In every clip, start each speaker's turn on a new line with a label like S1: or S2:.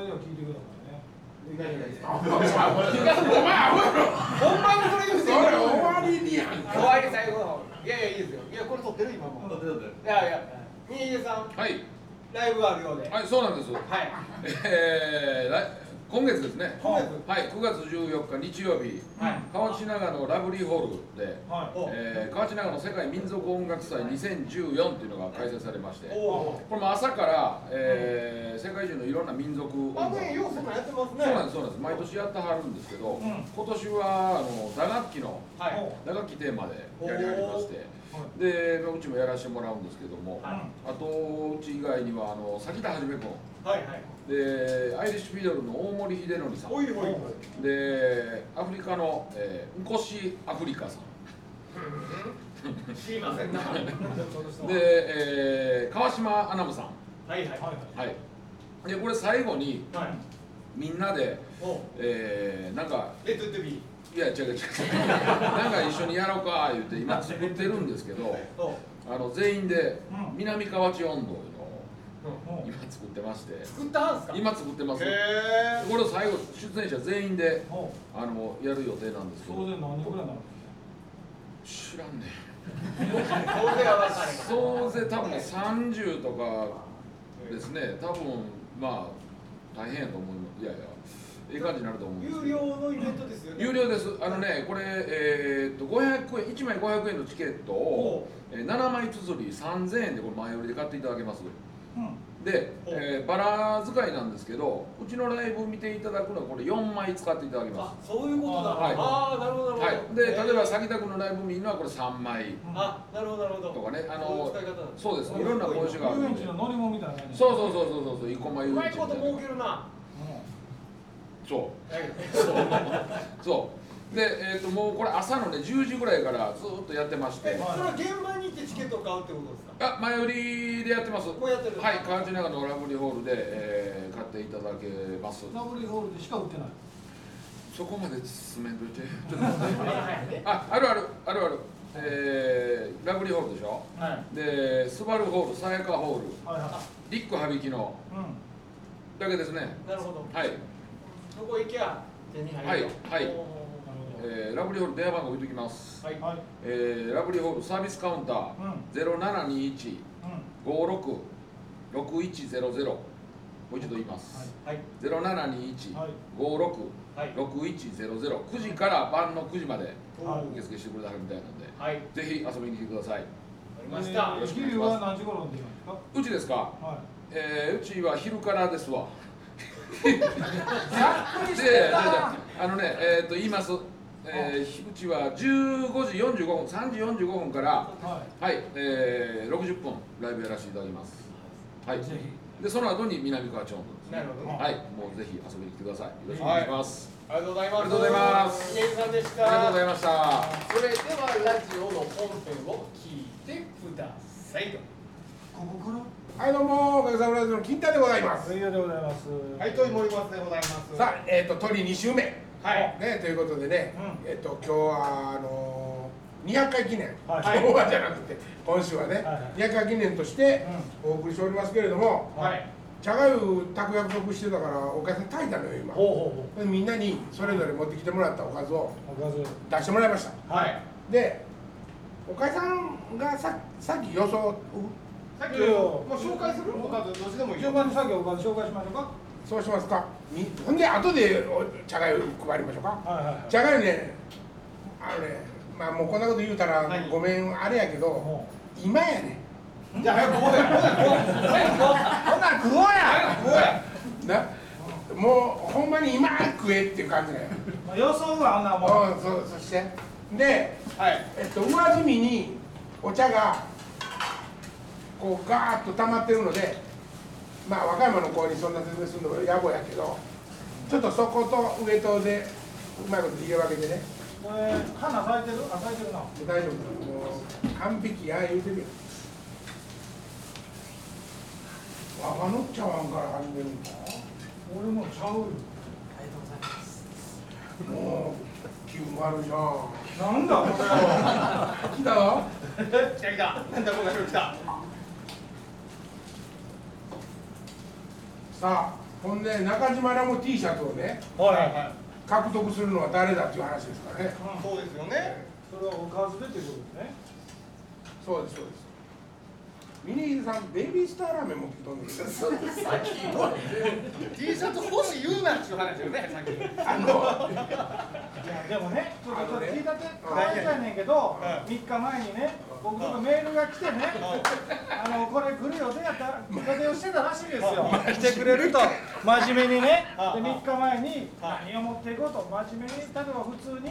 S1: れでは聞いてくださいね。
S2: 意外にほんまにこれですよ
S3: 怖い最後の方いやいやいいですよいやこれ撮ってる今も
S2: だってだって
S3: いやいや新家さん
S4: はい、
S3: ライブあるようではい
S4: はい、そうなんです。えー、来今月ですね。
S3: 今月
S4: はい、9月14日日曜日、
S3: はい
S4: 河内長野ラブリーホールで、
S1: はい。
S3: お
S4: えー、河内長野世界民族音楽祭2014っていうのが開催されまして、こ
S3: お
S4: れも朝から、えー、世界中のいろんな民族音
S3: お番
S4: 楽
S3: 組ようそんなんやってますね
S4: そうなんです、そうなんです。毎年やってはるんですけど、
S1: ん
S4: 今年はあの打楽器の
S3: はい
S1: お
S4: 打楽器テーマでやりはりまして、でまあうちもやらせてもらうんですけども、
S3: は
S4: あとうち以外にはあの崎田はじめ君。
S3: はいはい
S4: でアイリッシュビドルの大森秀則さ
S3: おいおいおい
S4: んでアフリカの、えー、ンコシアフリカさ
S3: 知りませんな
S4: んで、えー川島アナムさん
S3: はいはいはい
S4: はいでこれ最後に
S3: はい
S4: みんなで、
S3: お
S4: えーなんか
S3: レッドトゥビー
S4: いや違う違う違う なんか一緒にやろうか言って今作ってるんですけど
S3: おう
S4: あの全員で
S1: うん
S4: 南河内温度いうのを
S1: も
S4: 今作ってまして
S3: 作ったんすか
S4: 今作ってます
S3: へえ
S4: これを最後出演者全員で
S1: う、も
S4: あのやる予定なんです
S1: う、
S4: け
S1: 総
S4: ど
S1: 勢何人ぐらいなの。
S4: 知らんねん
S3: 大勢は分かれへん
S4: 総勢多分30とかですね多分まあ大変やと思いますいやいやいい感じになると思うんです
S3: 有
S4: けど
S3: 料のイベントですよね
S4: 有料ですあのねこれえーっと500円1枚500円のチケットを、えー7枚綴り3000円でこれ前売りで買っていただけます
S1: うん、
S4: で、
S3: お
S4: えーバラ使いなんですけどうちのライブ見ていただくのはこれ4枚使っていただけ
S3: あ
S4: ま
S3: そういうことだ
S4: はい
S3: ああなるほど
S4: す
S3: な
S4: は
S3: るほ
S4: い
S3: ど
S4: で例えば
S3: えー
S4: 詐欺田君のライブ見るのはこれ3枚
S3: あなるほどなるほど
S4: とかねあ
S3: そうい
S4: の
S3: う使い方なんだ
S4: そうですいろんな講習があ
S1: 遊
S4: るん
S1: 園
S4: で
S1: 地の乗り物みたいな感じ。
S4: そう
S1: う。
S4: そうそうそうそうそう、生駒
S3: う
S4: 遊
S3: ま
S4: 園
S3: い
S4: 地
S3: こと
S4: みたい
S3: 儲
S4: な
S3: けるな
S4: そ
S3: だけど
S4: う、そう。で、えっ、と、もうこれ朝のね、10時ぐらいからずーっとやってまして
S3: え。それは現場に行ってチケットを買うってことですか
S4: あ、前売りでやってます。
S3: もうやってる
S4: はい、河内長野ラブリーホールで、えー買っていただけます。
S1: ダブルホールでしか売ってない。
S4: そこまで進めんといて。ちょっと待ってあ、あるある、あるある。えーラブリーホールでしょ
S1: はい。
S4: で、スバルホール、サヤカホール、
S1: はいは
S4: リック羽引きの
S1: い。うん。
S4: だけですね。
S3: なるほど
S4: はい、
S3: そこ行けば手に入るよ
S4: はいはい
S3: おー
S1: なるほ
S4: えーラブリーホール電話番号置いときます。
S3: はい
S1: ど。はい。
S4: えーラブリーホールサービスカウンター
S1: うん
S4: 0721-566100もう一度言います、
S3: はい
S1: はい
S3: はい
S4: 0721-566100、9時から晩の9時まで
S3: おー
S1: は
S4: 受付してくれてはるみたいなんで
S3: はいわか
S4: ぜひ遊びに来てください
S3: りました
S1: えー昼は何時頃に出るんですか。
S4: うちですか、
S1: は
S4: えーうちは昼からですわ
S1: い。
S4: でであのねえっ、と言います、えーうちは15時45分3時45分から
S1: は
S4: はい、えー、60分ライブやらせていただきます。はい、
S1: ぜ
S4: でその後に南川町の、
S3: なるほどあ
S4: はい、もうぜひ遊びに来てください。よろしくお願いします。
S3: りがとうございます
S4: ありがとうございます
S3: 稲井さんでし
S4: ありがとうござ
S3: た
S4: いました。
S3: それではラジオの本編を聞いてください
S1: ここから。
S2: はいどうもおかげさまでの金太でございます
S1: ありがとうございます。
S3: はい、とい森松でございます。
S2: さあえっと鳥2週目ね
S3: はい、
S2: ということでね
S1: う
S2: えっと今日はあのー200回記念今
S1: はい
S2: 日はじゃなくて今週はね
S1: はい
S2: 200回記念としてお送りしておりますけれども
S3: はい、
S2: 茶がゆ炊く約束してたからおかず炊いたのよ今
S1: ほうほ
S2: みんなにそれぞれ持ってきてもらったおかずを
S1: うほう。おかず。
S2: 出してもらいました
S3: はい。
S2: でおかさんがささっき予想
S3: さっき
S1: いやいや
S3: もう紹介するおかずどっちでもいい
S1: 順
S3: よ。
S1: 番にさっきおかず紹介しましょうか。
S2: そうしますかにほんで後でお茶がゆ配りましょうか
S1: はいはいはい。
S2: 茶がゆねあのねまあもうこんなこと言うたら
S3: はい
S2: ごめんあれやけど
S1: も
S2: 今やね
S3: じゃあ、早くここだよ、ここだよ、
S2: ほな食おうや
S3: ここだ
S2: なもうほんまに今食えっていう感じだよ
S1: う。まあ予想はあんなもん。
S2: うんそそしてで
S3: はい。
S2: えっと上澄みにお茶がこうガーッと溜まってるのでまあ和歌山の子にそんな説明するのも野暮やけどちょっとそこと上とでうまいこと入れ分けてね
S1: これ花咲いてる？あ咲いてるな。
S2: 大丈夫もう完璧や言うてるよ和の茶碗から始めるんか
S1: 俺もちゃうよ。
S2: もう急もあるじゃん
S1: なんだこれは。
S2: 来たよ
S3: 来た来た。なんだこんな人来た。
S2: さあほんで中島らも T シャツをね
S1: はいはい
S2: 獲得するのは誰だっていう話ですからね
S5: そうですよね。
S1: それはおかずでということですね
S2: そうですそうです峰岸さんベビースターラーメン持ってきとんねんけど
S3: さっきの T シャツ欲しい言うなっていう話よね、さっき。
S2: あの
S1: いやでもね、ちょっとちょっと聞いたって、
S2: あの
S1: かわ
S2: ね
S1: いそうやねんけど、
S5: は
S1: 3日前にね、僕のメールが来てね、あのこれ来る予定やったら、予定をしてたらしいですよ。来てくれると、真面目にね、で
S5: ああ
S1: 3日前に
S5: あ
S1: 何を持っていこうと、真面目に、例えば普通に、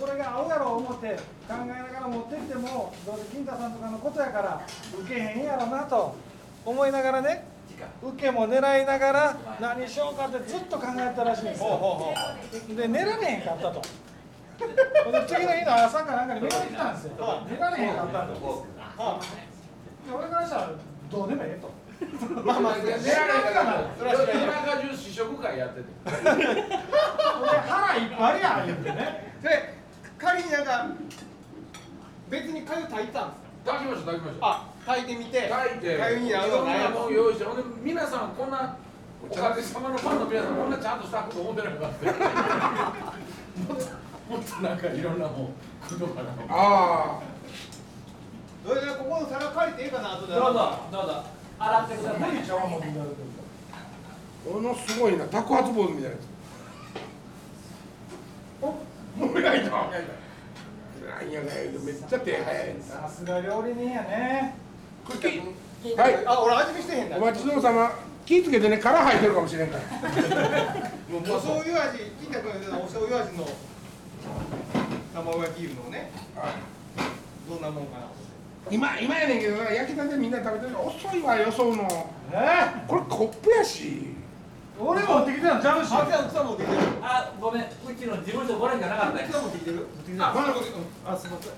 S1: これが合うやろう思って考えながら持ってきても、どうせ金太さんとかのことやから、受けへんやろなと思いながらね、受けも狙いながら、何しようかってずっと考えたらしいんですよ。で寝られへんかったと。ほんで次の日の朝かなんかにメール来たんですよ。寝られへんかったと。で俺からしたらどうでもええと。
S4: まあまあ、出られ
S1: から
S4: それは夜中中試食会やって
S1: ほ
S4: て。
S1: んで腹いっぱいや言うてね。
S3: で、仮になんか、別にかゆ炊いてたんですよ。
S4: 炊きました、炊きました。
S3: あ、炊いてみて、
S4: 炊いて、い
S3: かゆに合う
S4: ろ
S3: の
S4: ん
S3: ない
S4: な
S3: や
S4: も
S3: ろ
S4: ん用意して、ほんで、皆さん、こんな。おかげさまのファンの皆さん、こんなちゃんとしたこと思ってなかったよ。もっと、もっとなんか、いろんなもん、くどかな。
S2: あ
S3: それでここの皿借りていいかな、後で。
S5: どうぞ。洗ってください。
S1: 無理ちゃうもんみたいな。
S2: あものすごいな宅発坊主みたいなやつおもうないななんやかんや言うてめっちゃ手早い
S1: さすが料理人やね。
S2: クッキーはい
S3: あ、俺味見してへんだ。
S2: お
S3: もう
S2: 待ちどうさま気ぃつけてね殻入ってるかもしれんから
S3: お醤油味、金太君が言ってたお醤油味の生上ビールのね、どんなもんかな。
S2: 今今やねんけどな焼きたてみんな食べてるから遅いわよそうの
S1: えー
S2: これコップやし
S1: 俺持ってきてたのちゃうし。
S3: あ、じゃあ草持ってきてる。
S5: あ、ごめん。うちの事務所これじゃなかったよ。
S3: 草持ってきてる。
S2: あまだ
S3: あ、すみません。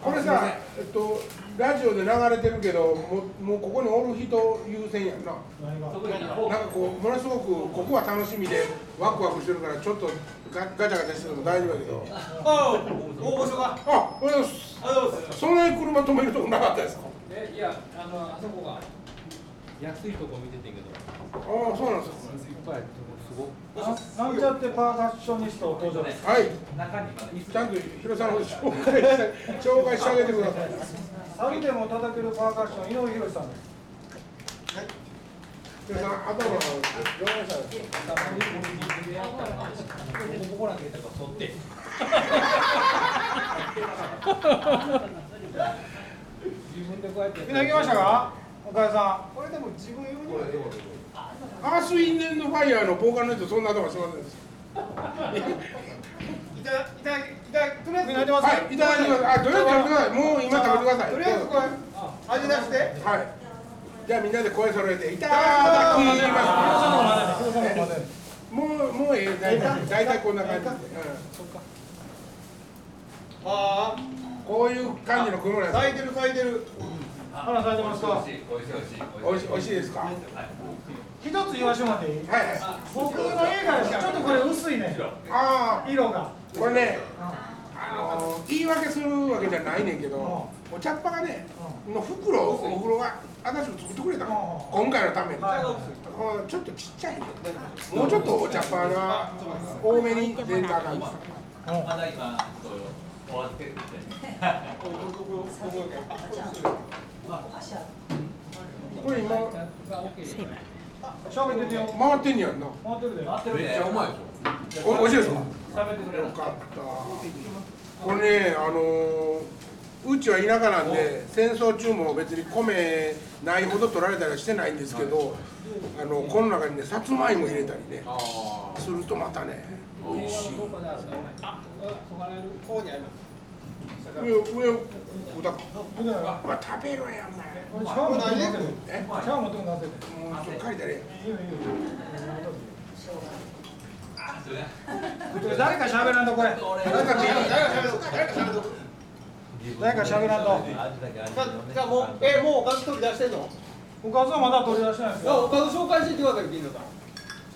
S2: これさえっとラジオで流れてるけどもうもうここにおる人優先やんな
S1: 何が
S5: 特に方
S2: なんかこうものすごくここは楽しみでワクワクしてるからちょっとガガチャガチャしてるの大丈夫やけど
S3: あ、大御所が。
S2: あおはようございます
S3: あ、どうです。
S2: そんなに車止めるとこなかったですか
S6: えいやあのあそこが安いとこ見ててんけど
S2: ああそうなんです
S6: いっぱいあるとこすごっ
S1: ななんちゃってパーカッショニスト登場です。
S2: かはい
S6: 中にまだ椅子
S2: ちゃんと広さんの方紹介して紹介してあげてください
S1: サビでも叩けるパーカッション井上博さんです。
S2: 広さん頭の方ご覧ください
S6: ここら辺とか取って自分でこうやって
S1: いただきましたか岡田さん。
S3: これでも自分用にはね。
S2: アース・イン・エンド・ファイヤーのボーカルの人そんな頭しませんでし
S3: いただき、いただき、いただき、とりあえず。
S1: いただきま
S2: た
S1: す
S2: はいいただきますあとりあえず食べてくださいもう今食べてください
S3: とりあえず、これ、味出して。
S2: はいじゃあみんなで声揃えていただきますもうもうええ大体大体こんな感じです、うん
S3: あ
S2: こういう感じの雲
S3: あ、
S2: なん
S3: 咲
S2: で
S3: いてる、咲いてる。
S1: 花咲いてますか
S6: 美味しい美味しい
S2: すおいしおいしいですかはい
S1: 一つ言わしてもらっていい
S2: はい
S1: 僕の映画ですちょっとこれ薄いね
S2: あ
S1: 色が
S2: あこれねあのー言い訳するわけじゃないねんけどお茶っ葉がねの袋をお風呂が新しく作ってくれたの今回のために
S1: はい
S2: あちょっとちっちゃいねもうちょっとお茶っ葉が多めに全体が
S6: まだ今ちょっと終わってるんで
S2: これ今
S1: 正面出てよ
S2: 回ってんねやんな
S1: 回ってるで
S6: 待ってる
S4: めっ
S6: で
S4: ちゃうまいでしょ。
S2: おおいしいですか
S6: 食べてくれる
S2: よかった。これね、あのーうちは田舎なんで、戦争中も別に米ないほど取られたりはしてないんですけど、あのこの中にね、さつまいも入れたりね、
S4: ああ。
S2: するとまたね、美味しい。
S3: ここにあります。
S2: 上、上、ここだか。
S1: ほんで
S2: うわ食べろや、お
S1: こ
S2: 前。
S1: れシャワー持ってくるなってる
S2: え
S1: シャワー持ってくるなってる
S2: もうちょっと借りたらえ
S1: いいよいいよこれ誰か喋らんとこれ
S2: えなんか
S3: 誰
S2: 違
S3: か
S2: う
S3: 喋る
S1: 誰
S3: 誰か喋る
S1: か喋らんと
S3: じゃあもう、え、もうおかず取り出してんの
S1: おかずはまだ取り出してないです
S3: あ
S1: よ
S3: おかず紹介していってください、金田さん。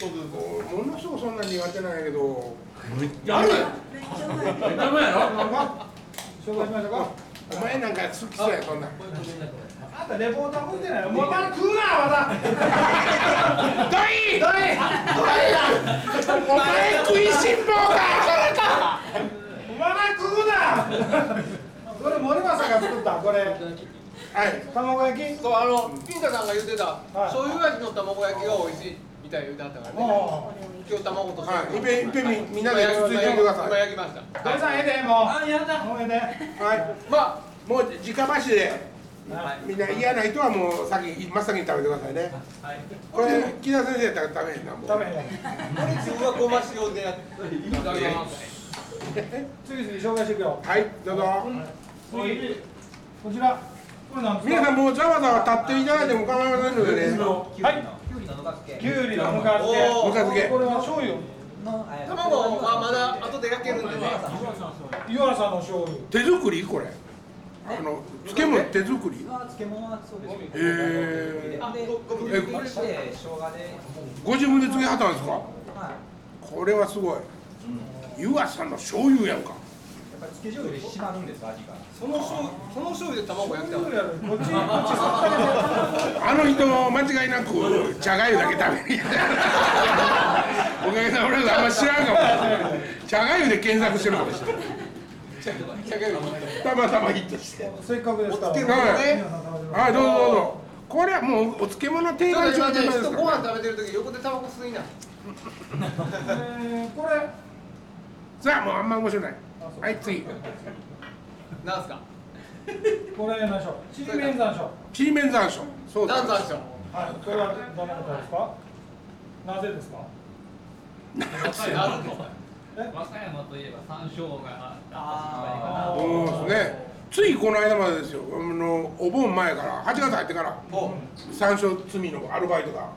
S3: そうそうそう。
S2: もうものすごくそんな苦手なんやけど、
S3: やる
S4: めっちゃうまいやろ。
S1: 紹介しましょうか
S2: お前なんか好きそうや、そんなん。
S1: あんたレポーター向いてないよもう
S3: まだ食うな、まだ。
S2: どい
S3: 誰
S2: 新聞かこれか
S1: お前食うなこれ森正が作ったこれ
S2: はい
S1: 卵焼き
S3: そうあのピンタさんが言ってた、
S1: はい
S3: 醤油味の卵焼きが美味しいみたいに言うてはったからね。
S1: もう
S3: 今日卵と
S2: はいいっぺんいっぺんみみんなで焼きついてくださ
S3: 今焼きました。
S1: 鳥さんええでも
S5: あ、やだ
S1: うもうええで
S2: いはい
S3: ま
S2: もう直箸で
S5: はい
S2: みんな嫌な人はもう先真っ先に食べてくださいね
S5: はい
S2: これ木田先生やったら食べへんなもう
S1: 食べへん
S3: あ、これ自分はごま塩でやって。
S4: いただきます
S1: 次々紹介していくよ
S2: はいどうぞ
S1: 次こちらこれなんです
S2: 皆さ
S1: か
S2: んもうざわざわ立っていただいても構いませんのでね
S1: はい
S5: キュウリのぬか漬
S1: きゅうりのぬか漬け
S2: おーぬか漬け
S1: これは醤油
S5: のえー
S3: 卵はまだ後で焼けるんでね。
S1: 湯浅の醤油
S2: 手作りこれあの漬物手作り
S5: まあ漬物はそうですよ
S2: へえ
S3: あ
S5: で、
S3: ごご
S5: く
S3: めん
S5: りくりして生姜で
S2: ご自分で漬けはったんですか
S5: はい
S2: これはすごい湯浅の醤油やんか
S5: やっぱり漬け醤油で締まるんです味が
S3: その醤油その醤油で卵焼きた
S1: 醤
S3: わ。
S1: 油やろこっちこっちあ
S2: あの人間違いなく茶がゆだけ食べに行ったおかげさまで俺らあんま知らんかも茶がゆで検索してるかもしれないたまたまヒットして
S1: せっかくですから
S3: お漬
S2: 物ね
S1: 皆さん食べてくださ
S2: はいどうぞどうぞこれはもうお漬物定
S3: ちょっ
S2: 番
S3: と今
S2: 中じ
S3: ね
S2: ゃないで
S3: 人
S2: す
S3: ご飯
S2: か
S3: 食べてる時横でタバコ吸いな。
S1: いえーこれ
S2: さあもうあんま面白ないはい次
S3: なんすか。
S1: これ何でしょうちりめん山椒
S2: ちりめん山椒そうだ
S3: なんざんしょ。
S1: はいこれはどんなことですかなぜですか
S3: なんぞ
S7: 和歌山といえば山椒が
S5: あ
S7: あ
S1: ー
S2: そうですねついこの間までですよあのお盆前から8月入ってから
S3: お、
S2: 山椒摘みのアルバイトが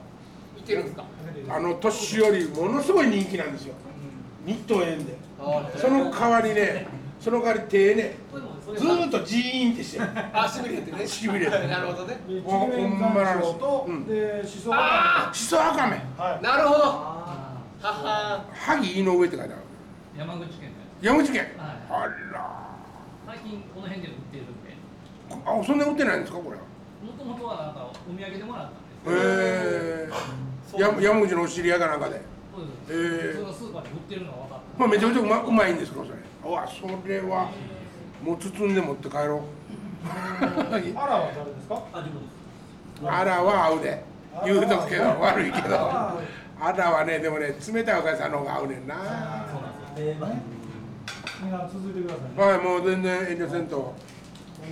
S3: いけるんすか。
S2: あの年よりものすごい人気なんですよ日東園でその代わりねその代わり手ね
S7: ったんです
S2: ずーっとジーンってしてる
S3: あ、しびれてね。
S2: しびれて
S3: なるほど
S1: で
S3: ね。
S1: ちりめん山椒と
S2: うん
S1: でしそ
S3: あ
S2: しそ赤め
S1: はい
S3: なるほど。は
S5: あ
S3: は
S2: 萩井上って書いてある
S7: 山口県で
S2: 山口県
S7: はい
S2: あら
S7: 最近この辺で売ってるんで
S2: あそんな売ってないんですかこれは
S7: もともとはなんかお土産でもらったんです
S2: へえや山口のお知り合いかなんかで
S7: そうです
S2: へえ
S7: それがスーパーで売ってるのは分かった
S2: まあめちゃめちゃうまうまいんですかそれうわそれはもう包んで持って帰ろう
S1: あらは誰ですか
S5: ーあ、自分です
S2: あらは合うで言うとくけど悪いけど
S1: あ
S2: あらはねでもね冷たいお母さんの方が合うねんな
S5: そうなんですよ
S1: えーねみんな続いてくださいね
S2: はいもう全然遠慮せんと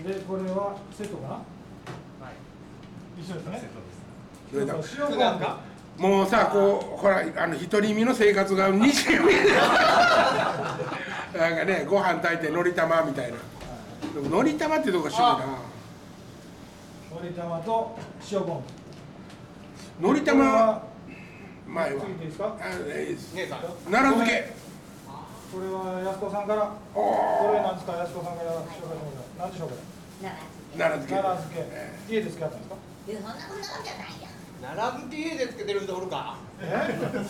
S1: でこれはセットかな
S7: はい
S1: 一緒ですね
S2: それだ
S1: 塩ご飯か
S2: もうさこうほらあの独り身の生活がにじみ出る なんかねご飯炊いてのり玉みたいなでものり玉ってとこが渋い
S1: のり玉と塩昆
S2: なのり
S1: 布
S2: 玉は
S1: は
S2: うまいわ
S1: ついていいですか
S2: あえいいっす
S3: ー。姉さん。
S2: 奈良漬け
S1: これは安子さんから
S2: お
S1: これ
S2: お
S1: なんですか安子さんから紹介してもらう何でしょうこ
S2: 奈良
S1: れ
S2: 漬け
S1: 奈良漬
S2: え
S1: け家で付き合ったんですか
S8: いやそんなことじゃないよ。
S3: 奈良漬け家で漬けてる人おるか。
S1: え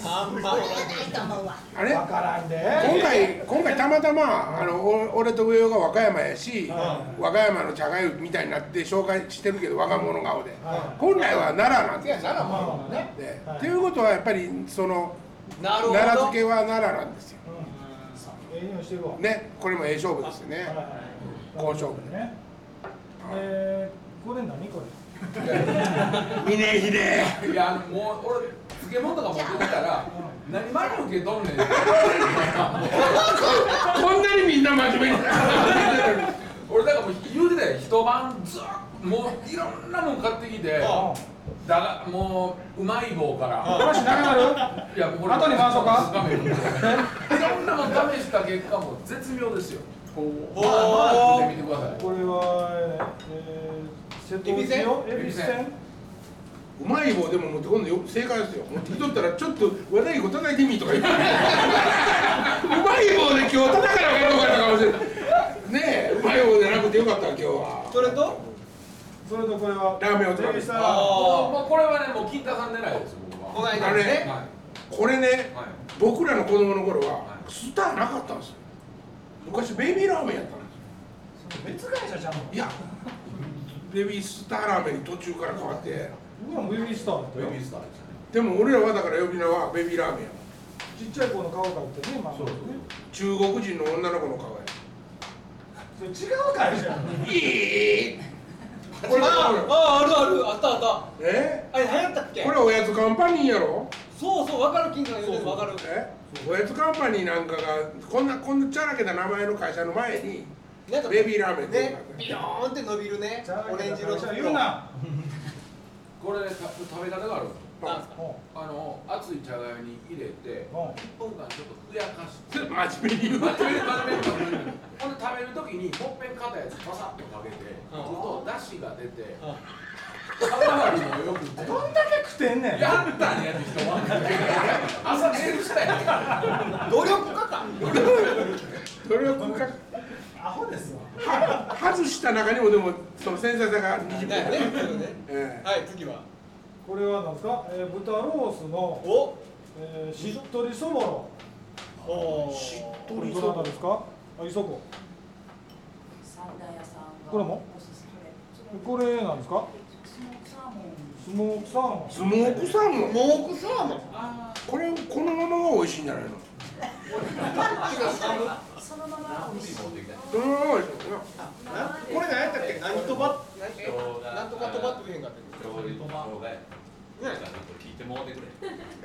S3: あんま
S8: そん
S3: り
S8: なことないと思うわ。
S2: あれ
S1: わからんで
S2: 今回今回たまたまあのお俺と上尾が和歌山やし
S1: は
S2: 和歌山の茶がゆみたいになって紹介してるけど若者顔で
S1: は
S2: 本来は奈良なん
S3: いや、
S2: ですよ
S3: 奈良もあるもんね。
S2: ね
S1: はい
S2: っていうことはやっぱりその
S3: なるほど。
S2: 奈良漬けは奈良なんですよ
S1: いうんええ匂いしてるわ
S2: ねこれもええ勝負ですよ
S1: は
S2: ね
S1: いはい
S2: 好勝負
S1: ねえーこれ何これ
S2: 峰秀
S6: いやもう俺漬物とか持ってきたら何丸受けと んねん
S2: こんなにみんな真面目に
S6: 俺だからもう言うてたよ一晩ずっともういろんなもん買ってきて
S3: あ
S6: だがもううまい棒から
S1: 話長なる
S6: いやもう
S1: 後に回そうか
S6: 画面いろんなもん試した結果もう絶妙ですよ食
S3: お
S6: べ
S3: お
S6: て。みてください
S1: これはえー瀬戸
S3: エビせ
S1: エ
S3: ん
S1: ビせん
S6: エビせん
S2: うまい棒でも持ってこんのよ正解ですよ持ってきとったらちょっと和太鼓叩いてみとか言ってう まい棒で今日叩かなあかんのかなかもしれないねえうまい棒じゃなくてよかったわ今日は
S3: それと。
S1: それとこれは
S2: ラーメンおつまみ
S1: エビさん
S3: あ
S6: もうもうこれはねもう金太さん狙いですよ僕
S3: こ
S6: は
S3: の
S6: はい
S3: 間ですね。
S2: これね
S6: はい
S2: 僕らの子供の頃は
S6: はい
S2: スターなかったんですよ昔ベビーラーメンやったんですよ
S1: 別会社じゃん
S2: いや、ベビースターラーメンに途中から変わって、
S1: 僕らもベビースターだった
S6: ベ
S1: よ
S6: ビースターですね
S2: でも俺らはだから呼び名はベビーラーメンやも
S1: ちっちゃい子の顔がってね、まあ、
S4: そうそう
S2: 中国人の女の子の顔や
S1: それ違う会社やん。
S2: え
S3: あああるあるあったあっ
S2: え
S3: たあれ流行ったっけ
S2: これおやつカンパニーやろ
S3: そうそう分かる金魚の言うてる分かる
S2: えおやつカンパニーなんかがこんなこんなチャラけな名前の会社の前に
S3: なんか
S2: ベビーラーメンっていうの
S3: ね
S2: があって
S3: ビヨーンって伸びるねオレンジ色の袋
S1: 言うな。
S4: これた食べ方がある
S3: なんすか
S1: も
S4: あの熱い茶がゆに入れて
S1: う、も
S4: 1分間ちょっとふやかして
S2: それ真面目に言う
S4: 真面目に真面目にほんで食べるときにほっぺん硬いやつパサッとかけ
S3: うん
S4: てずっとだしが出て歯触りもよくて
S1: う。どんだけ食ってんねん。
S4: やったねやって人は 朝メールしたやん
S3: 努力家か
S2: それをこうか
S1: アホですわ。
S2: は外した中にもでもその繊細さが20分
S3: だよねそういうのね
S2: え
S3: はい次は
S1: これはなんですか、えー、豚ロースの、
S3: お
S1: えー、しっとりそぼろ。
S3: おー
S2: しっとり
S1: どなたですか。あ、磯子。
S8: 三田屋さんが
S1: これも
S8: おすすめ
S1: これなんですか。
S8: スモークサーモン
S1: スモークサーモ
S2: スモークサーモン
S3: モークサーモン
S2: これこのままが美味しいんじゃないのそのままが
S8: そのまま美味しい
S2: 美味しいのか
S3: これ何やったっけ何とば何なんとかとばって言えへんかったっ
S7: 醤油とば
S3: けね
S4: 聞いてもらってく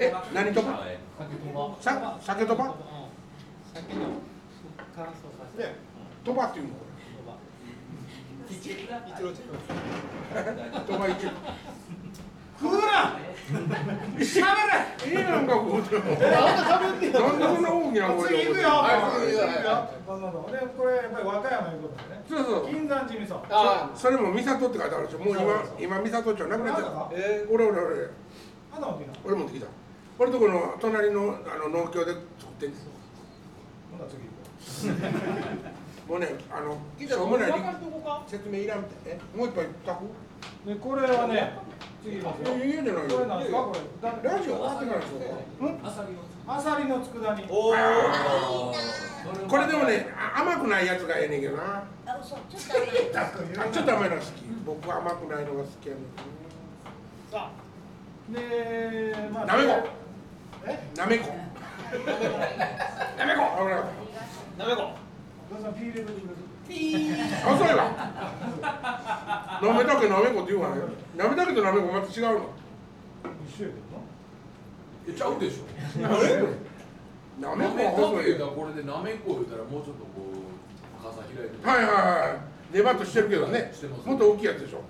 S4: れ
S2: なえ何とば
S7: 酒とば
S2: さ酒とば
S7: 酒の乾燥させて
S3: ね
S2: とばっていうのこ
S3: 一一郎ちゃん
S2: れとばいける
S1: ン。食うな。
S2: しゃべれいいなんかこうても
S3: えあんた食べてんや
S2: なんでこんな大きな声で
S1: 次行くよ。
S2: はい
S1: 次行くよ。そうそうそうで、これやっぱり和歌山いうことでね。
S2: そうそう
S1: 銀山寺味噌。
S3: あ
S2: それも美里って書いてあるでしょもう今今美里町なくなっちゃっ
S1: あ
S3: ーえ
S2: た俺俺俺
S1: なたもいいな。
S2: 俺持ってきた俺とこの隣のあの農協で作ってんです
S1: ほんなら次行こう。
S2: もうねあの
S3: ー聞い
S2: したょ
S3: ら
S2: う
S3: 分
S2: も
S3: かる
S2: ない理
S3: とこか
S2: 説明いらんみたいねもう一杯言った
S1: でこれはね、次いきますよ。
S2: いやいやじゃない
S1: これなんですか
S2: よ
S1: これ。誰
S2: ラジオ終わってからですよ
S1: ん？アサリの佃煮。
S3: おお
S6: いいな
S2: これでもねあ甘くないやつがええねんけどな
S6: あ、嘘、ちょっと甘い。
S2: あちょっと甘いのが好き僕は甘くないのが好きやね
S3: さ
S1: で、まあ。
S2: なめこ
S1: え？
S2: んなめこ
S3: なめ
S2: なめこ危なかった
S3: こ
S1: どうぞピー入れてくれる。
S2: あ、そうやわ。なめたけなめこって言うわね。なめたけとなめこまた違うの。
S1: 一緒や
S4: えちゃうでしょ
S2: あれなめ
S4: なめ
S2: こ
S4: こ
S2: 細
S4: 言う
S2: い
S4: た。らこれでなめこ言うたらもうちょっとこう傘開いて
S2: はいはいはい。ネバッとしてるけどね
S4: してま。す
S2: もっと大きいやつでしょ。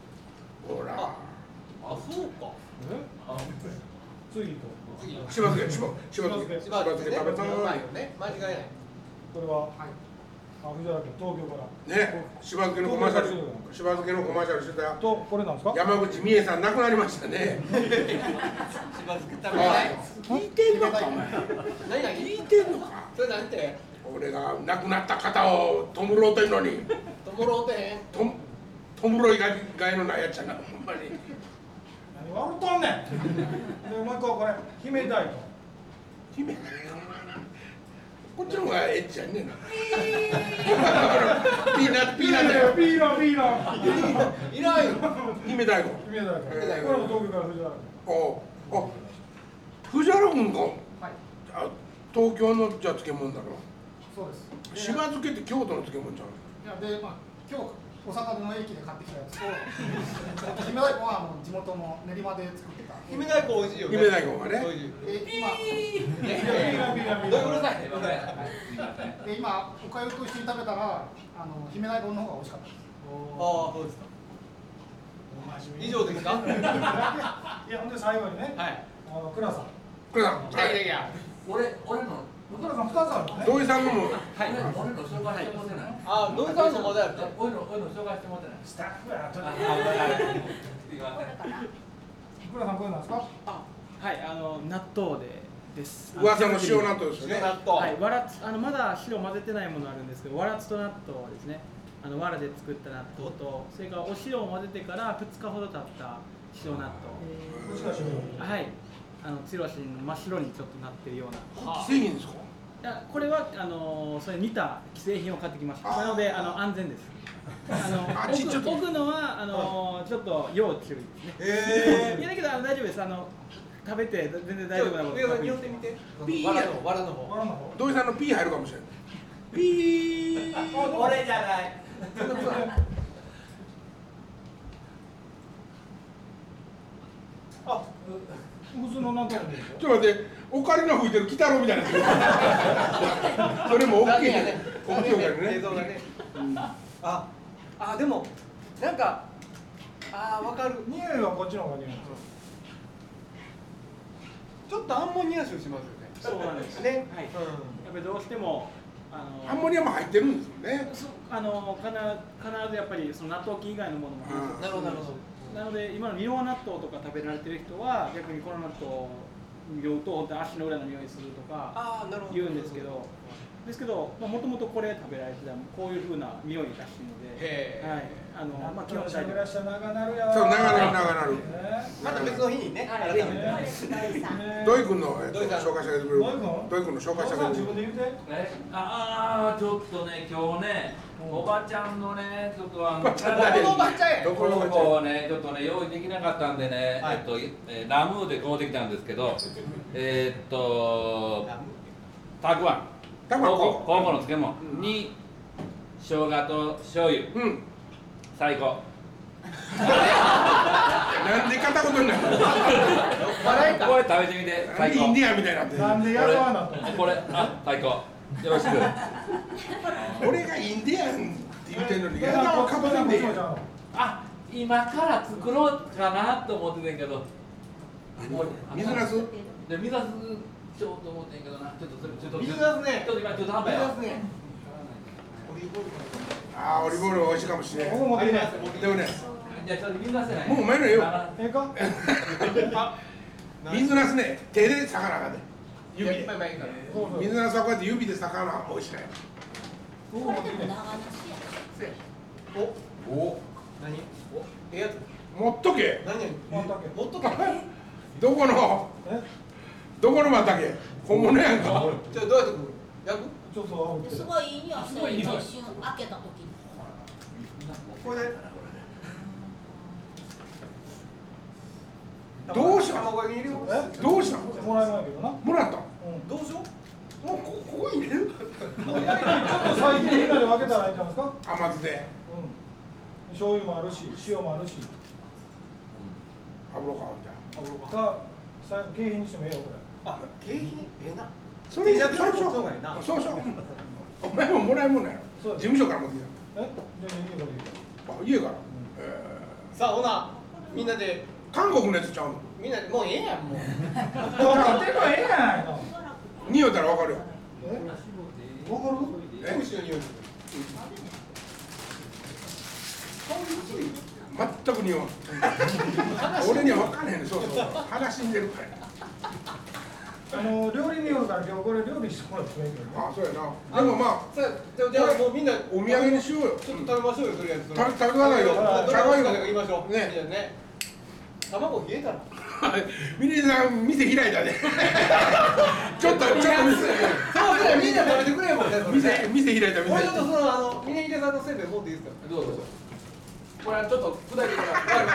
S2: ほら
S3: あ。あそうか
S1: けどな。え？
S4: あ
S1: 次行こ
S3: 次の
S2: しば漬け、しば、しば漬け。しば
S3: 芝
S2: 漬
S3: 生
S2: け
S3: ね
S2: 食べた
S3: うまい
S2: い
S3: よ。ね間違いない
S1: これは。はい。あ、藤原君東京から。
S2: ね、しば漬けのコマーシャル。しば漬けのコマーシャルしてた。
S1: とこれなんですか？
S2: 山口美恵さん亡くなりましたね。
S3: 芝漬け食べたい
S2: 聞いてんのか、お前。
S3: 何何
S2: 聞いてんのか。
S3: それなんて
S2: 俺が亡くなった方を弔うてんのに。
S3: ともろうてへん
S2: とんとんぼろいががいのないやっちゃなほんまに
S1: 何笑っとんねん。でもう一個これ姫大根。
S2: 姫こっちの方がええっちゃんねんなピーナッツピーナッツだよ
S1: ピーランピーラン。
S3: いらんよ
S2: 姫
S1: 姫大
S2: 大根
S1: 根。こ
S2: 姫大根
S1: れも東京から藤原君。
S2: おあ藤原君か、
S1: はい
S2: あ東京のじゃあ漬物だろ
S8: そうです
S2: しば漬けって京都の漬物じゃん
S8: いやでまあ今日お魚の駅で買ってきたやつと姫大根はあの地元の練馬で作ってた
S3: 姫大根美味しいよね
S2: 姫大根はね
S3: 美味しい
S8: え今
S1: ピーランピーランピー
S3: どういう
S1: ラン
S3: こと。だよ
S8: え今おかゆと一緒に食べたらあの姫大根の方が美味しかったです
S3: ああそうですか以上ですかはい
S1: いやほんで最後にね、あの倉さん。
S2: これさん、
S3: 来た来た
S2: は
S3: 来た
S4: 俺俺の
S1: 倉さん二つあるの
S2: い、
S1: ね。
S2: 土井さんのも
S4: 俺の紹介してもらってない
S3: あノイさんのまだやって
S4: 俺の俺の紹介してもらってない
S1: スタッフやちょっと。
S8: から
S1: 倉さんこれなんですか？
S9: はい、あの納豆でです。あ
S2: 噂の
S9: ジャム
S2: 塩
S9: クリ
S2: 納豆
S9: ーム
S2: ですよね
S3: 塩納豆
S9: はい、わらつあのまだ白混ぜてないものあるんですけど、わらつと納豆はですね。あのわらで作った納豆と、それからお塩を混ぜてから2日ほど経った白納
S1: こっちが白い。
S9: 豆。はい。あのつろしの真っ白にちょっとなってるような。
S2: 製品ですか
S9: いやこれはあのそれ似た既製品を買ってきました。なのであの安全です。あの
S2: あちちょっ
S9: 奥
S2: と
S9: 奥のはあのちょっと要注意ですね。
S3: え
S9: いやだけどあの大丈夫です。あの食べて全然大丈夫なもの
S10: ちょ上田
S9: 確
S10: に寄
S9: 認
S10: ってみて
S2: ピー
S10: わ
S2: や
S10: ら
S2: ろ
S10: のわらの方
S2: 土井さんのピー入るかもしれないピー
S7: 俺じゃない
S1: あ、普通のなんとなくでし
S2: ちょっと待って、オカリナ吹いてる鬼太郎みたいなやつ。それも OK
S10: 残念や
S2: ね
S10: ね。
S2: OK オカリ
S10: 映
S2: ね
S10: 像。がねああでもなんかああわかる
S1: ょ。匂いはこっちの方が匂い。
S10: ちょっとアンモニア臭しますよね
S9: そうなんです
S10: ね
S9: はい
S10: うん
S9: やっぱりどうしてもあの
S2: アンモニアも入ってるんですもんね。
S9: そうあのかな必ずやっぱりその納豆菌以外のものも入って
S2: うん
S9: て
S10: なるほどなるほど
S9: なので今の硫黄納豆とか食べられてる人は逆にこの納豆を酔うと本当に足の裏の匂いするとか
S10: ああなるほど
S9: 言うんですけどですけどもともとこれ食べられてたらこういうふうな匂いらしいの
S10: へ
S9: で、
S10: え
S9: はいあのまあ、基本大丈
S1: 喋
S9: 夫
S1: らしたら長なるやろ。
S2: そう長なる長なる
S1: ね
S10: また別の日にね改めて
S1: ね
S2: 土井君の、えっと
S10: 土井さん
S2: 紹介してあげてくれる
S1: 土井君。
S2: 土井君の紹介し
S1: 父
S2: てあげ
S1: さん
S2: て
S1: 自
S2: くれ
S1: 分
S2: る。
S1: で言うて。
S6: えああちょっとね今日ねおばちゃんのねちょっとあの
S10: 誰のおばちゃんや
S2: どこの
S6: こをねちょっとね用意できなかったんでね、
S10: はい
S6: えっとえーラムーで買うてきたんですけどえーっとたくあん
S2: たくあん
S6: こ高校の漬物に生姜と醤油
S2: うん。
S6: 最高
S2: なんで片言になるの。
S6: これ食べてみて
S2: なん
S6: 最
S2: でイン
S6: 高
S2: ディアンみたいになってる
S1: なんでやろうなと。
S6: これあ最高よろしく
S2: 俺がインディアンって言ってるのに、
S1: だ
S2: や
S1: から
S2: だ
S1: こ
S2: わ
S1: っち
S2: か
S1: も
S2: ぶ
S1: こ
S2: ら
S1: っ
S2: ん
S1: ち
S2: でいい
S1: もじ
S2: よ。
S1: ゃん。
S6: あ今から作ろうかなと思っててんけどもう
S2: 水なす。
S6: で水出すしようと思ってんけどなちょっとそれちょっと
S10: 水出すね
S6: ちょっと今ちょっと半
S10: 見
S6: 端
S10: 出
S6: や
S10: すね
S2: ああ、オリーブオイル美味しいかもしれない
S1: 僕。も持ってきます。
S2: でもね、
S6: じゃあちょっと水出せない
S2: もうお前のよ
S1: ええか。
S2: 水なすね、手で魚がね。指で。
S10: 前から
S1: そうそう。
S2: 水なすはこうやって指で魚をしない。
S1: 僕も
S8: こ
S1: 持
S8: れ
S1: って
S8: で
S1: き
S8: も
S1: て
S8: 長なしや
S10: お
S2: お。
S10: 何おええやつ
S2: 持っとけ。
S10: 何や
S1: 持っとけ
S10: もっとか
S2: どこの。
S1: え、
S2: どこのまたけ本物やんか
S10: じゃあどうやって食う焼く
S1: ちょっと
S8: すごいいい匂いしたよ、一瞬開けた時に。
S10: これで
S2: どうしよう
S10: 卵焼き入れよう
S1: え
S2: どうしたの
S1: もらえないけどな。
S2: もらったの
S1: うん。
S10: どうしよ
S2: もうこここに入れる
S1: ちょっと最近みんなで分けたらいいんじゃないですか。
S2: 甘酢で
S1: うん。醤油もあるし、塩もあるし。
S2: 油かみたいな
S1: さ、さ、景品にしてもええよこれ。
S10: あ景品ええな
S2: それ
S10: じゃあ
S2: それそう
S10: そうがいいな
S2: そうそうお前ももらえもんなんや
S1: そう
S2: ろ
S1: で
S2: 事
S1: す
S2: 務所から持ってき
S1: え、じゃあいいよこれいいよ。
S2: たのあ家からえ
S10: さあほなみんなで
S2: ー韓国のやつちゃうの
S10: みんなでもうええやんもう
S1: 買ってもええやないの。
S2: 匂いたらわかるよ
S1: え、わかる？
S2: え
S10: 九州の匂いする
S2: 全く匂い俺には分からへんねんそうそう話死んでるから
S1: あの料理によるから今日これ料理してもらってもいいけどね。
S2: ああそうやなでもまあ
S10: さあじゃあもうみんな
S2: お土産にしようよ
S10: ちょっと食べましょうよとりあえず
S2: 食べ食べないよ
S10: どれがいいましょう
S2: ね
S10: じゃあね卵冷えたら
S2: ミリさん店開いたでちょっとちょっと
S10: そうそうみんな食べてくれよもんねそれ
S2: 店店店開いた
S10: もうちょっとそ
S2: 店
S10: のあの峰秀さんのせいで持っていいですか
S6: どうぞどうぞこれはちょっと砕いてから
S10: わかりまし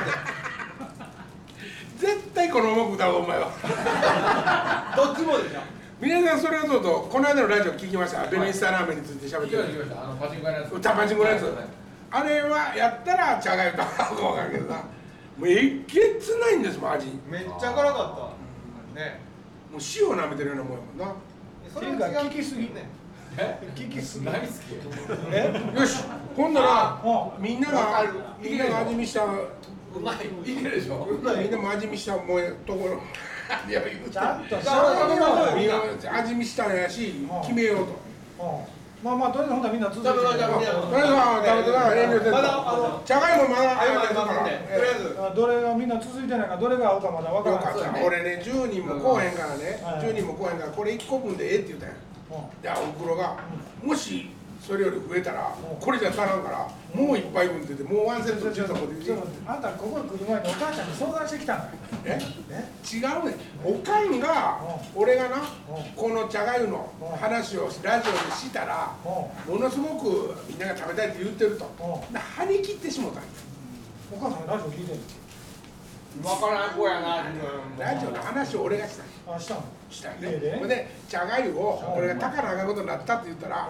S2: 絶対このまま歌うお前は
S10: たどっちもでしょ
S2: 皆さんそれはどうぞこの間のラジオ聞きましたベニスタラーメンについて
S6: 行
S2: 喋っ
S6: き
S2: て
S6: ましょう行きましょうあのパチンコ屋のやつ
S2: 歌パチンコのやつ
S6: はい
S2: あれはやったら茶がゆとこうかけどなもうえげつないんですもん味も
S10: めっちゃ辛かったね
S2: う塩舐めてるようなもんやもんな
S10: そ
S1: っていうか聞きすぎ
S10: ね
S6: え
S1: 聞きすぎ。
S6: 何好き
S1: え、
S2: よし今度は
S1: も
S2: みんな
S10: わか
S2: が
S10: る
S2: みんなが味見した
S10: うまい
S6: いけるでしょ
S2: みんなも味見したもうところいや言う
S1: う
S2: て
S1: ちゃんと。
S2: みんな味見したんやし決めようと。
S1: まあまあとりあえずほんならみんな続いて。
S10: 食べましょう
S2: と
S10: 食べ
S2: りあ
S10: ましょう
S2: えずは食べてな遠慮せんと
S10: まだあの
S2: じゃがいもまだ
S10: あ
S2: あ
S10: やばい
S2: るから
S10: まずねとりあえず
S1: あどれがみんな続いてないかどれが合うかまだ分から
S2: よ
S1: ない
S2: かっ。た俺ね10人も来おへんからね
S1: はい
S2: 10人も来おへんからこれ1個分でええって言うたんや
S1: う
S2: でおふくろがもしそれより増えたら
S1: うん
S2: これじゃ足らんからもう1杯分って言ってもうワンセット
S1: ん
S2: 中のこと
S1: ち
S2: 言
S1: ょっ
S2: う
S1: とあんたここに来る前にお母ちゃんに相談してきたんだよ。
S2: え
S1: ね。
S2: 違うねんおかんが俺がなこのじゃがいの話をラジオでしたら
S1: お
S2: ものすごくみんなが食べたいって言ってると
S1: お
S2: で張り切ってしもたんや
S1: お母さんラジオ聞いてる。
S2: わからん子やなラジオの話を俺がした
S1: あしたの
S2: したよ
S1: 家で
S2: ねほんで茶がゆを俺が高らかことになったって言ったら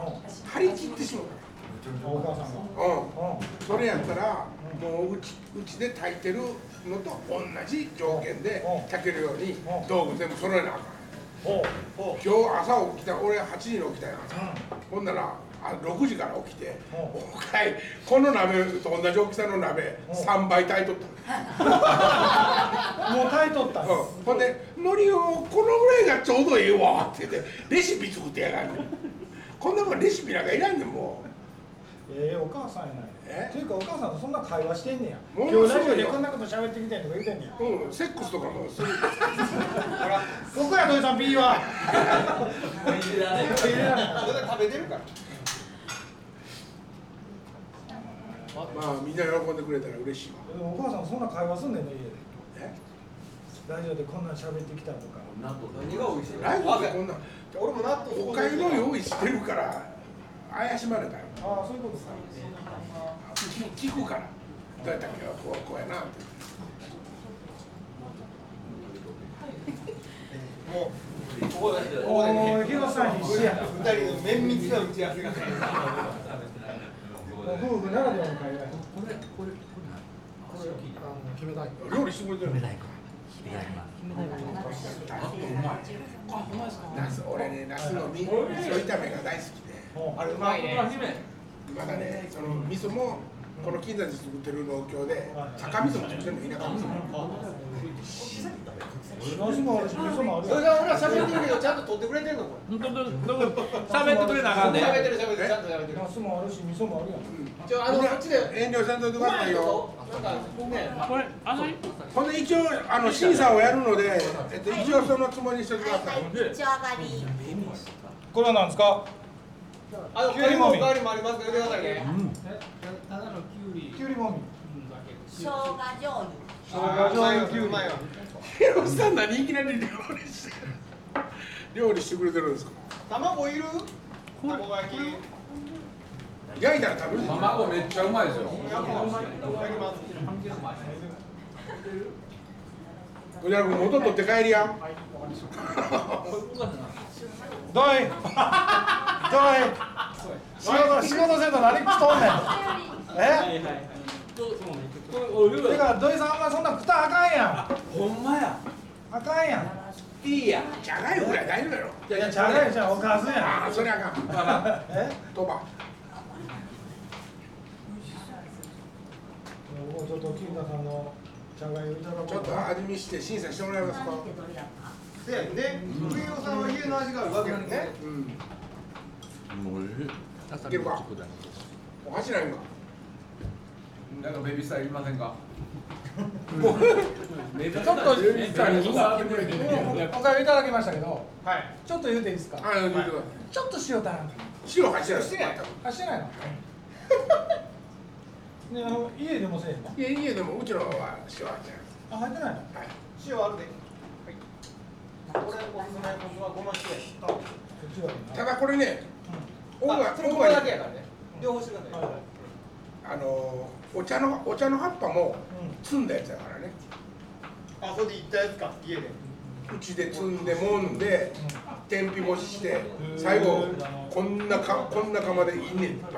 S2: 張り切ってしまう
S1: お母さんが
S2: うん、それやったら、もううちうちで炊いてるのと同じ条件で炊けるように道具全部揃えなあかん今日朝起きた俺8時に起きたやん、ほんならあ6時から起きて、おかいこの鍋と同じ大きさの鍋3倍炊いとった
S1: もう炊いとった、
S2: うん、ほんで「海苔をこのぐらいがちょうどええわ」って言ってレシピ作ってやがるこんなもんレシピなんかいらんねんもう。
S1: ええお母さんやないっていうかお母さんとそんな会話してんねや
S2: も
S1: 今
S2: の
S1: 日
S2: すごいよ
S1: ラジオでこんなこと喋ってきてんとか言うてんねや
S2: うん、セックスとかもする。
S1: ここや土井さん B は
S3: それ食べてるから
S2: まあ、みんな喜んでくれたら嬉しいわ。
S1: でもお母さんそんな会話すんねんね家で
S2: え
S1: ラジオでこんなん喋ってきたとか
S7: 納豆
S2: 何が美味しいライブでこんな
S3: 俺も納豆
S2: おかゆの用意してるから怪しまれたよ
S1: ああそういうことですか
S2: 聞くからどうやったっけこうこうやなって
S3: もうここだけ
S1: おー広瀬さん必死や
S3: 二人の綿密な打ち合わせが
S1: 夫婦ならではの会話や
S7: これ、これ、これ、
S11: これを聞いてあの決めたい
S2: 料理してくれてる
S7: ないか。決めないか。
S2: あうまい
S7: あ、うまいですか。
S2: ナス俺ねナスのみ味噌炒めが大好きで
S7: あれうまいね
S2: あまだねその味噌もこの金山で作ってる農協で坂味噌も作ってるの田舎味噌も
S1: ナスもあるし味噌もある
S3: それが俺ら喋ってるけどちゃんと撮ってくれてんのこ
S6: 本当に
S1: 喋ってくれなあかんで
S3: 喋ってる喋ってるちゃんと喋ってる
S1: ナスもあるし味噌もあるやん
S3: じゃああのこっちで
S2: 遠慮せんといてくださいよ
S3: なんかね
S6: これあの
S2: ほんで一応あの審査をやるので、えっと、一応そのつもりにしてください、
S8: 口上がり
S1: これは何ですか
S3: あの、
S1: きゅう
S3: キュ
S1: り
S3: ウリ
S1: も
S3: も
S1: み
S3: おかわりもありますから、言ってくださいね。
S7: ただのキュウリ
S1: きゅうりもみ
S8: 生姜醤油
S1: 生姜醤油きゅうり
S3: うまいわ。
S2: ヒロシさん何いきなり料理してる料理してくれてるんですか
S3: 卵いる。卵焼き。い
S2: 焼いたら食べる
S4: 卵めっちゃうまいですよ
S3: やもういただきます。
S2: こじゃ君元取って帰りや
S1: どいどい仕事仕事せんと何食っとんねんえてか土井さんあんまりそんな食ったらあかんやん
S7: ほんまや。
S1: あかんやん
S7: いいや。
S2: じゃがいもぐらい大丈夫だろ
S1: いやちゃうやんちゃうおかず
S2: あ
S1: や
S2: あそりゃあかん
S1: んえ
S2: 飛ば
S1: もうちょっと金田さんの茶がゆいただこう
S2: ちょっと味見して審査してもらえますか
S3: せやね。上尾さんは家の味があるわけよね。
S2: うん
S6: い
S2: いけるかお箸ないんか
S4: なんかベビースターいりませんか
S6: ちょっと
S1: おかゆいただきましたけど
S3: はい。
S1: ちょっと言うていいですか
S2: ああ見てください
S1: ちょっと塩足らん
S2: 塩箸やろ
S3: してない
S1: あしてないの ねあの家でもせえへんの
S2: いやいやでもうちのは塩箸や
S1: あ入ってないの
S3: 塩あるで。はい。俺おすすめの僕はごま塩や。
S1: こっちは
S2: ろただこれねオー
S3: あ、
S2: ガ
S3: それ
S2: オ
S3: こ
S2: ー
S3: こだ
S2: ガニッ
S3: け
S2: ク
S3: やからね。両方してください。
S2: あのーお茶のお茶の葉っぱも
S1: う
S2: 摘んだやつだからね
S3: あ、それで行ったやつか。家で。
S2: うちで摘んでもんで天日干しして最後こんなかこんな釜でいいねんバーン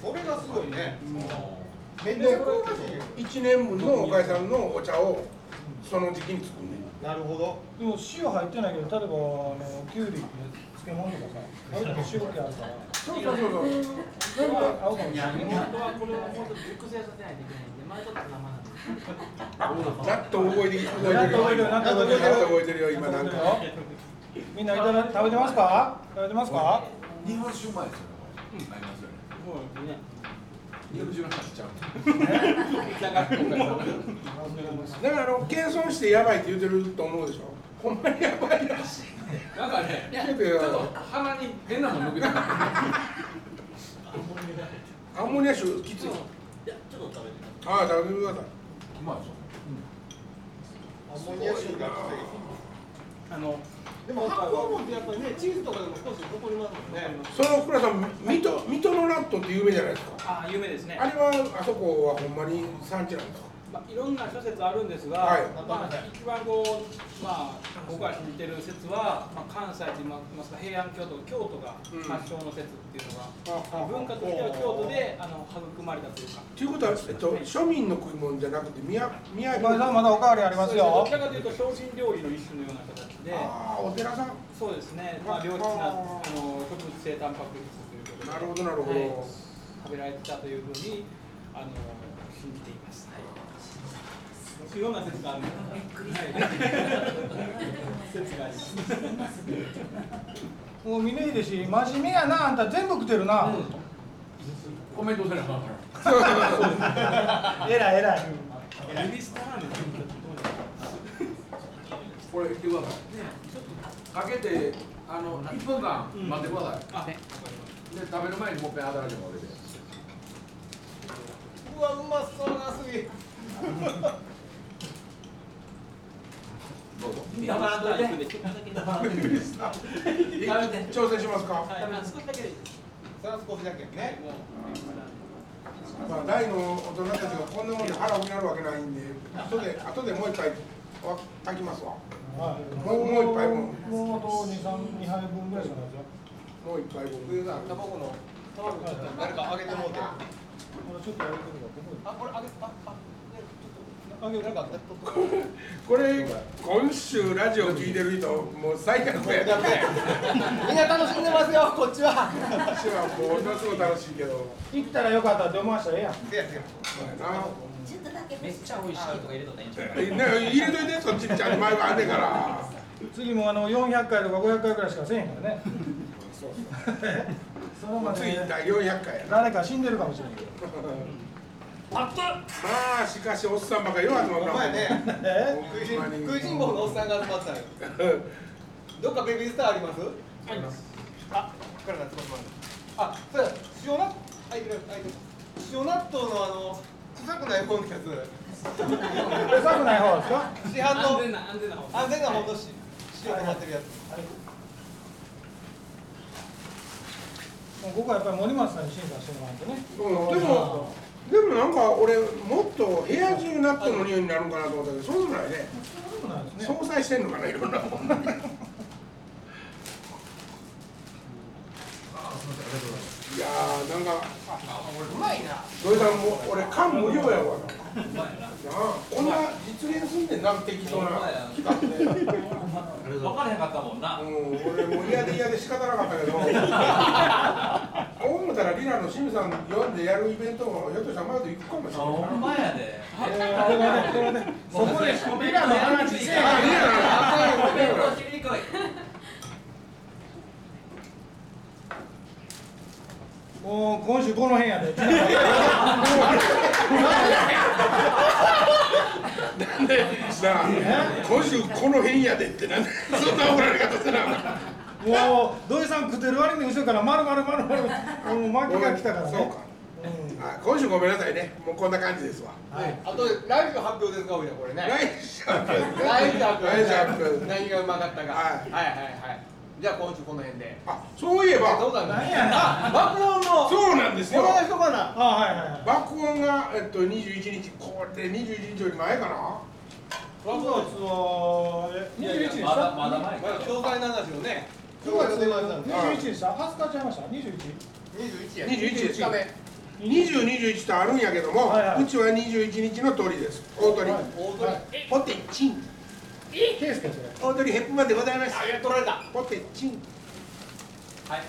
S3: それがすごいね。めっち
S2: で
S3: ゃ香ばしいよ。
S2: 1年分のおかゆさんのお茶をその時期に作んねん
S3: なるほど。
S1: でも塩入ってないけど例えばあのきゅうりの漬物とかさあれだけ塩気あるから
S2: そうそうそうそう
S1: それは合うかもしれないね
S7: 本当はこれをもっと熟成させないといけないんで、前ちょっと生なんです。
S2: やっと覚えてきて
S1: やっと覚えてる
S2: や
S1: やっ
S2: っと
S1: と
S2: 覚
S1: 覚
S2: え
S1: え
S2: て
S1: てる
S2: る覚えてるよ今なんか
S1: みんないただ食べてますか食べてますか
S4: 日本酒うまいですよねありますよね日本酒の話しちゃう
S2: だからあの謙遜してやばいって言ってると思うでしょほんまにやばいらしい
S4: なんかね
S2: ちょっと
S4: ちょっと鼻に変なもの抜けた
S2: アンモニア臭きつい
S7: いや、ちょっと食べて。
S2: ああ食べてくださいう
S4: まいでしょ
S3: アンモニア臭がきつい。
S9: あの
S3: でも発酵もんってやっぱりねチーズとかでも少し残りますもんね。
S2: その福田さん、水戸水戸のラットって有名じゃないですか。
S9: あ有名ですね
S2: あれはあそこはほんまに産地なんですか。
S12: まあ、いろんな諸説あるんですが、
S2: はい
S12: まあ、一番こう、まあ、僕が信じてる説は、まあ、関西といいますか平安京都京都が発祥の説っていうのが、あの文化としては京都であの育まれたというか。
S2: ということは、えっと、庶民の食い物じゃなくて、宮、宮
S1: お前さんまだおかわりありますよ
S12: そうですねどちらかというと精進料理の一種のような形で。
S2: あーお寺さん。
S12: そうですね。まあ良質なあの植物性タンパク質ということで。
S2: なるほどなるほ
S12: はい
S2: ど
S12: 食べられてたというふうにあの信じています。はい。いろんな説があるので。はい説があります。
S1: もう峰秀氏真面目やなあんた全部食ってるな、
S6: コメントせなあかんか
S1: えらいえらい
S12: エビスタラーメンってどうですか。
S4: これ言ってください。かけて、あの、一分間待ってください。
S12: あ、
S4: で、食べる前にもう一回働いてもらって。
S3: うわ、うまそうなすぎ。
S4: どうぞ。
S7: 黙らんといて
S3: 黙らんといて
S2: びっくりした挑戦しますか。
S7: 多分少しだけでいい
S3: それは少しだけね。
S2: まあ、大の大人たちがこんなもんで腹を補うわけないんで、後で、後でもう一回、わ、炊きますわ。
S1: はい
S2: もう、もう一杯分。
S1: もうあと二三二杯分ぐらいしかないですよ
S2: もう一杯分。
S3: 上が卵の卵ちょっと誰かあげてもうて。
S1: これちょっとやるけど
S3: あ、これあげああ
S1: あげるか
S2: これ、今週ラジオ聞いてる人、もう最悪や。
S3: みんな楽しんでますよ、こっちは。
S2: 私はもう、ものすごい楽しいけど。
S1: 行ったらよかったって思わしたらええやん
S3: せやせや。
S2: そうやな。
S8: ちょっとだけ
S7: めっちゃ美味しいとか入れとったらいいんじゃな
S2: え
S7: い
S2: な入れといて、そっちにちゃんと前があんねんから。
S1: 次もあの400回とか500回ぐらいしかせえへんから ねそれま で
S2: つい第400回やな。
S1: 誰か死んでるかもしれんけど
S2: あったまあしかしおっさんばっかり弱くも
S3: お前ね、
S1: え
S3: 食いしん食いしん坊のおっさんが集まってたのよ。どっかベビースターあります？あります。あ、これ夏場まで。あ、そうや。塩納あいてるあいてる。塩納豆のあの臭くない方のや
S1: うるさくない方ですか
S3: つ。市販の
S12: 安全な安全な方。
S3: 安全な方のし塩が入ってるや
S1: もう僕はやっぱり森松さんに審査してもらってね
S2: うんでもでもなんか俺もっと部屋中納豆の匂いになるんかなと思ったけどそうでもないね
S1: そうでもないですね
S2: 相殺してんのかないろんなもんいやーなんか
S3: つ。うまいな。
S2: 土井さんも俺感無量やわななあこんな実現すんねんな適当な企画で
S6: 分からへんかったもんな。
S2: うん俺もう嫌で嫌で仕方なかったけどこう思ったらリラの清水さん呼んでやるイベントもひょっとしたらまだ行くかもしれ
S6: あほん
S2: ない
S6: まやで。
S1: そこで
S6: ごめん
S1: リラの話して
S2: あリラ
S7: ごめん
S2: な
S7: お尻に来い
S1: もう今週この辺やで
S2: なんでなあ今週この辺やでってなんでそんな怒られ方すな
S1: もう土井さん食ってる割に後ろから丸々丸々もう巻きが来たから
S2: そう
S1: ね
S2: かあ今週ごめんなさいねもうこんな感じですわ
S1: はい
S3: あと来週発表ですか、おいらこれね。
S2: 来週発表ですね
S3: ライブアップ
S2: 来週発表です
S3: 何がうまかったか、
S2: はい
S3: はい、はいはいじゃあ今週この辺で
S2: あそういえ
S3: どう
S2: ば
S3: だ
S1: なんやねん
S3: あ爆音の
S2: そうなんですよ
S3: この人かな
S1: あはいはいはい
S2: 爆音が、えっと、21日これ21日より前かな
S1: 6月はえ21日でし
S6: まだま
S1: た
S6: だ前
S3: まだ教会の話をね
S1: 9月
S3: 出ましたんで
S1: 21日でした20日ちゃいました 21?
S3: 21や
S2: 21
S3: 日目
S2: 20、21とあるんやけども、
S1: はいはいう
S2: ちは21日の鳥です大鳥、
S1: はい
S3: 大鳥
S1: はい
S2: ポテチン
S1: ケースかそれ
S2: 大鳥ヘップマンでございます
S3: あげ取られた
S2: ポテチン
S1: はい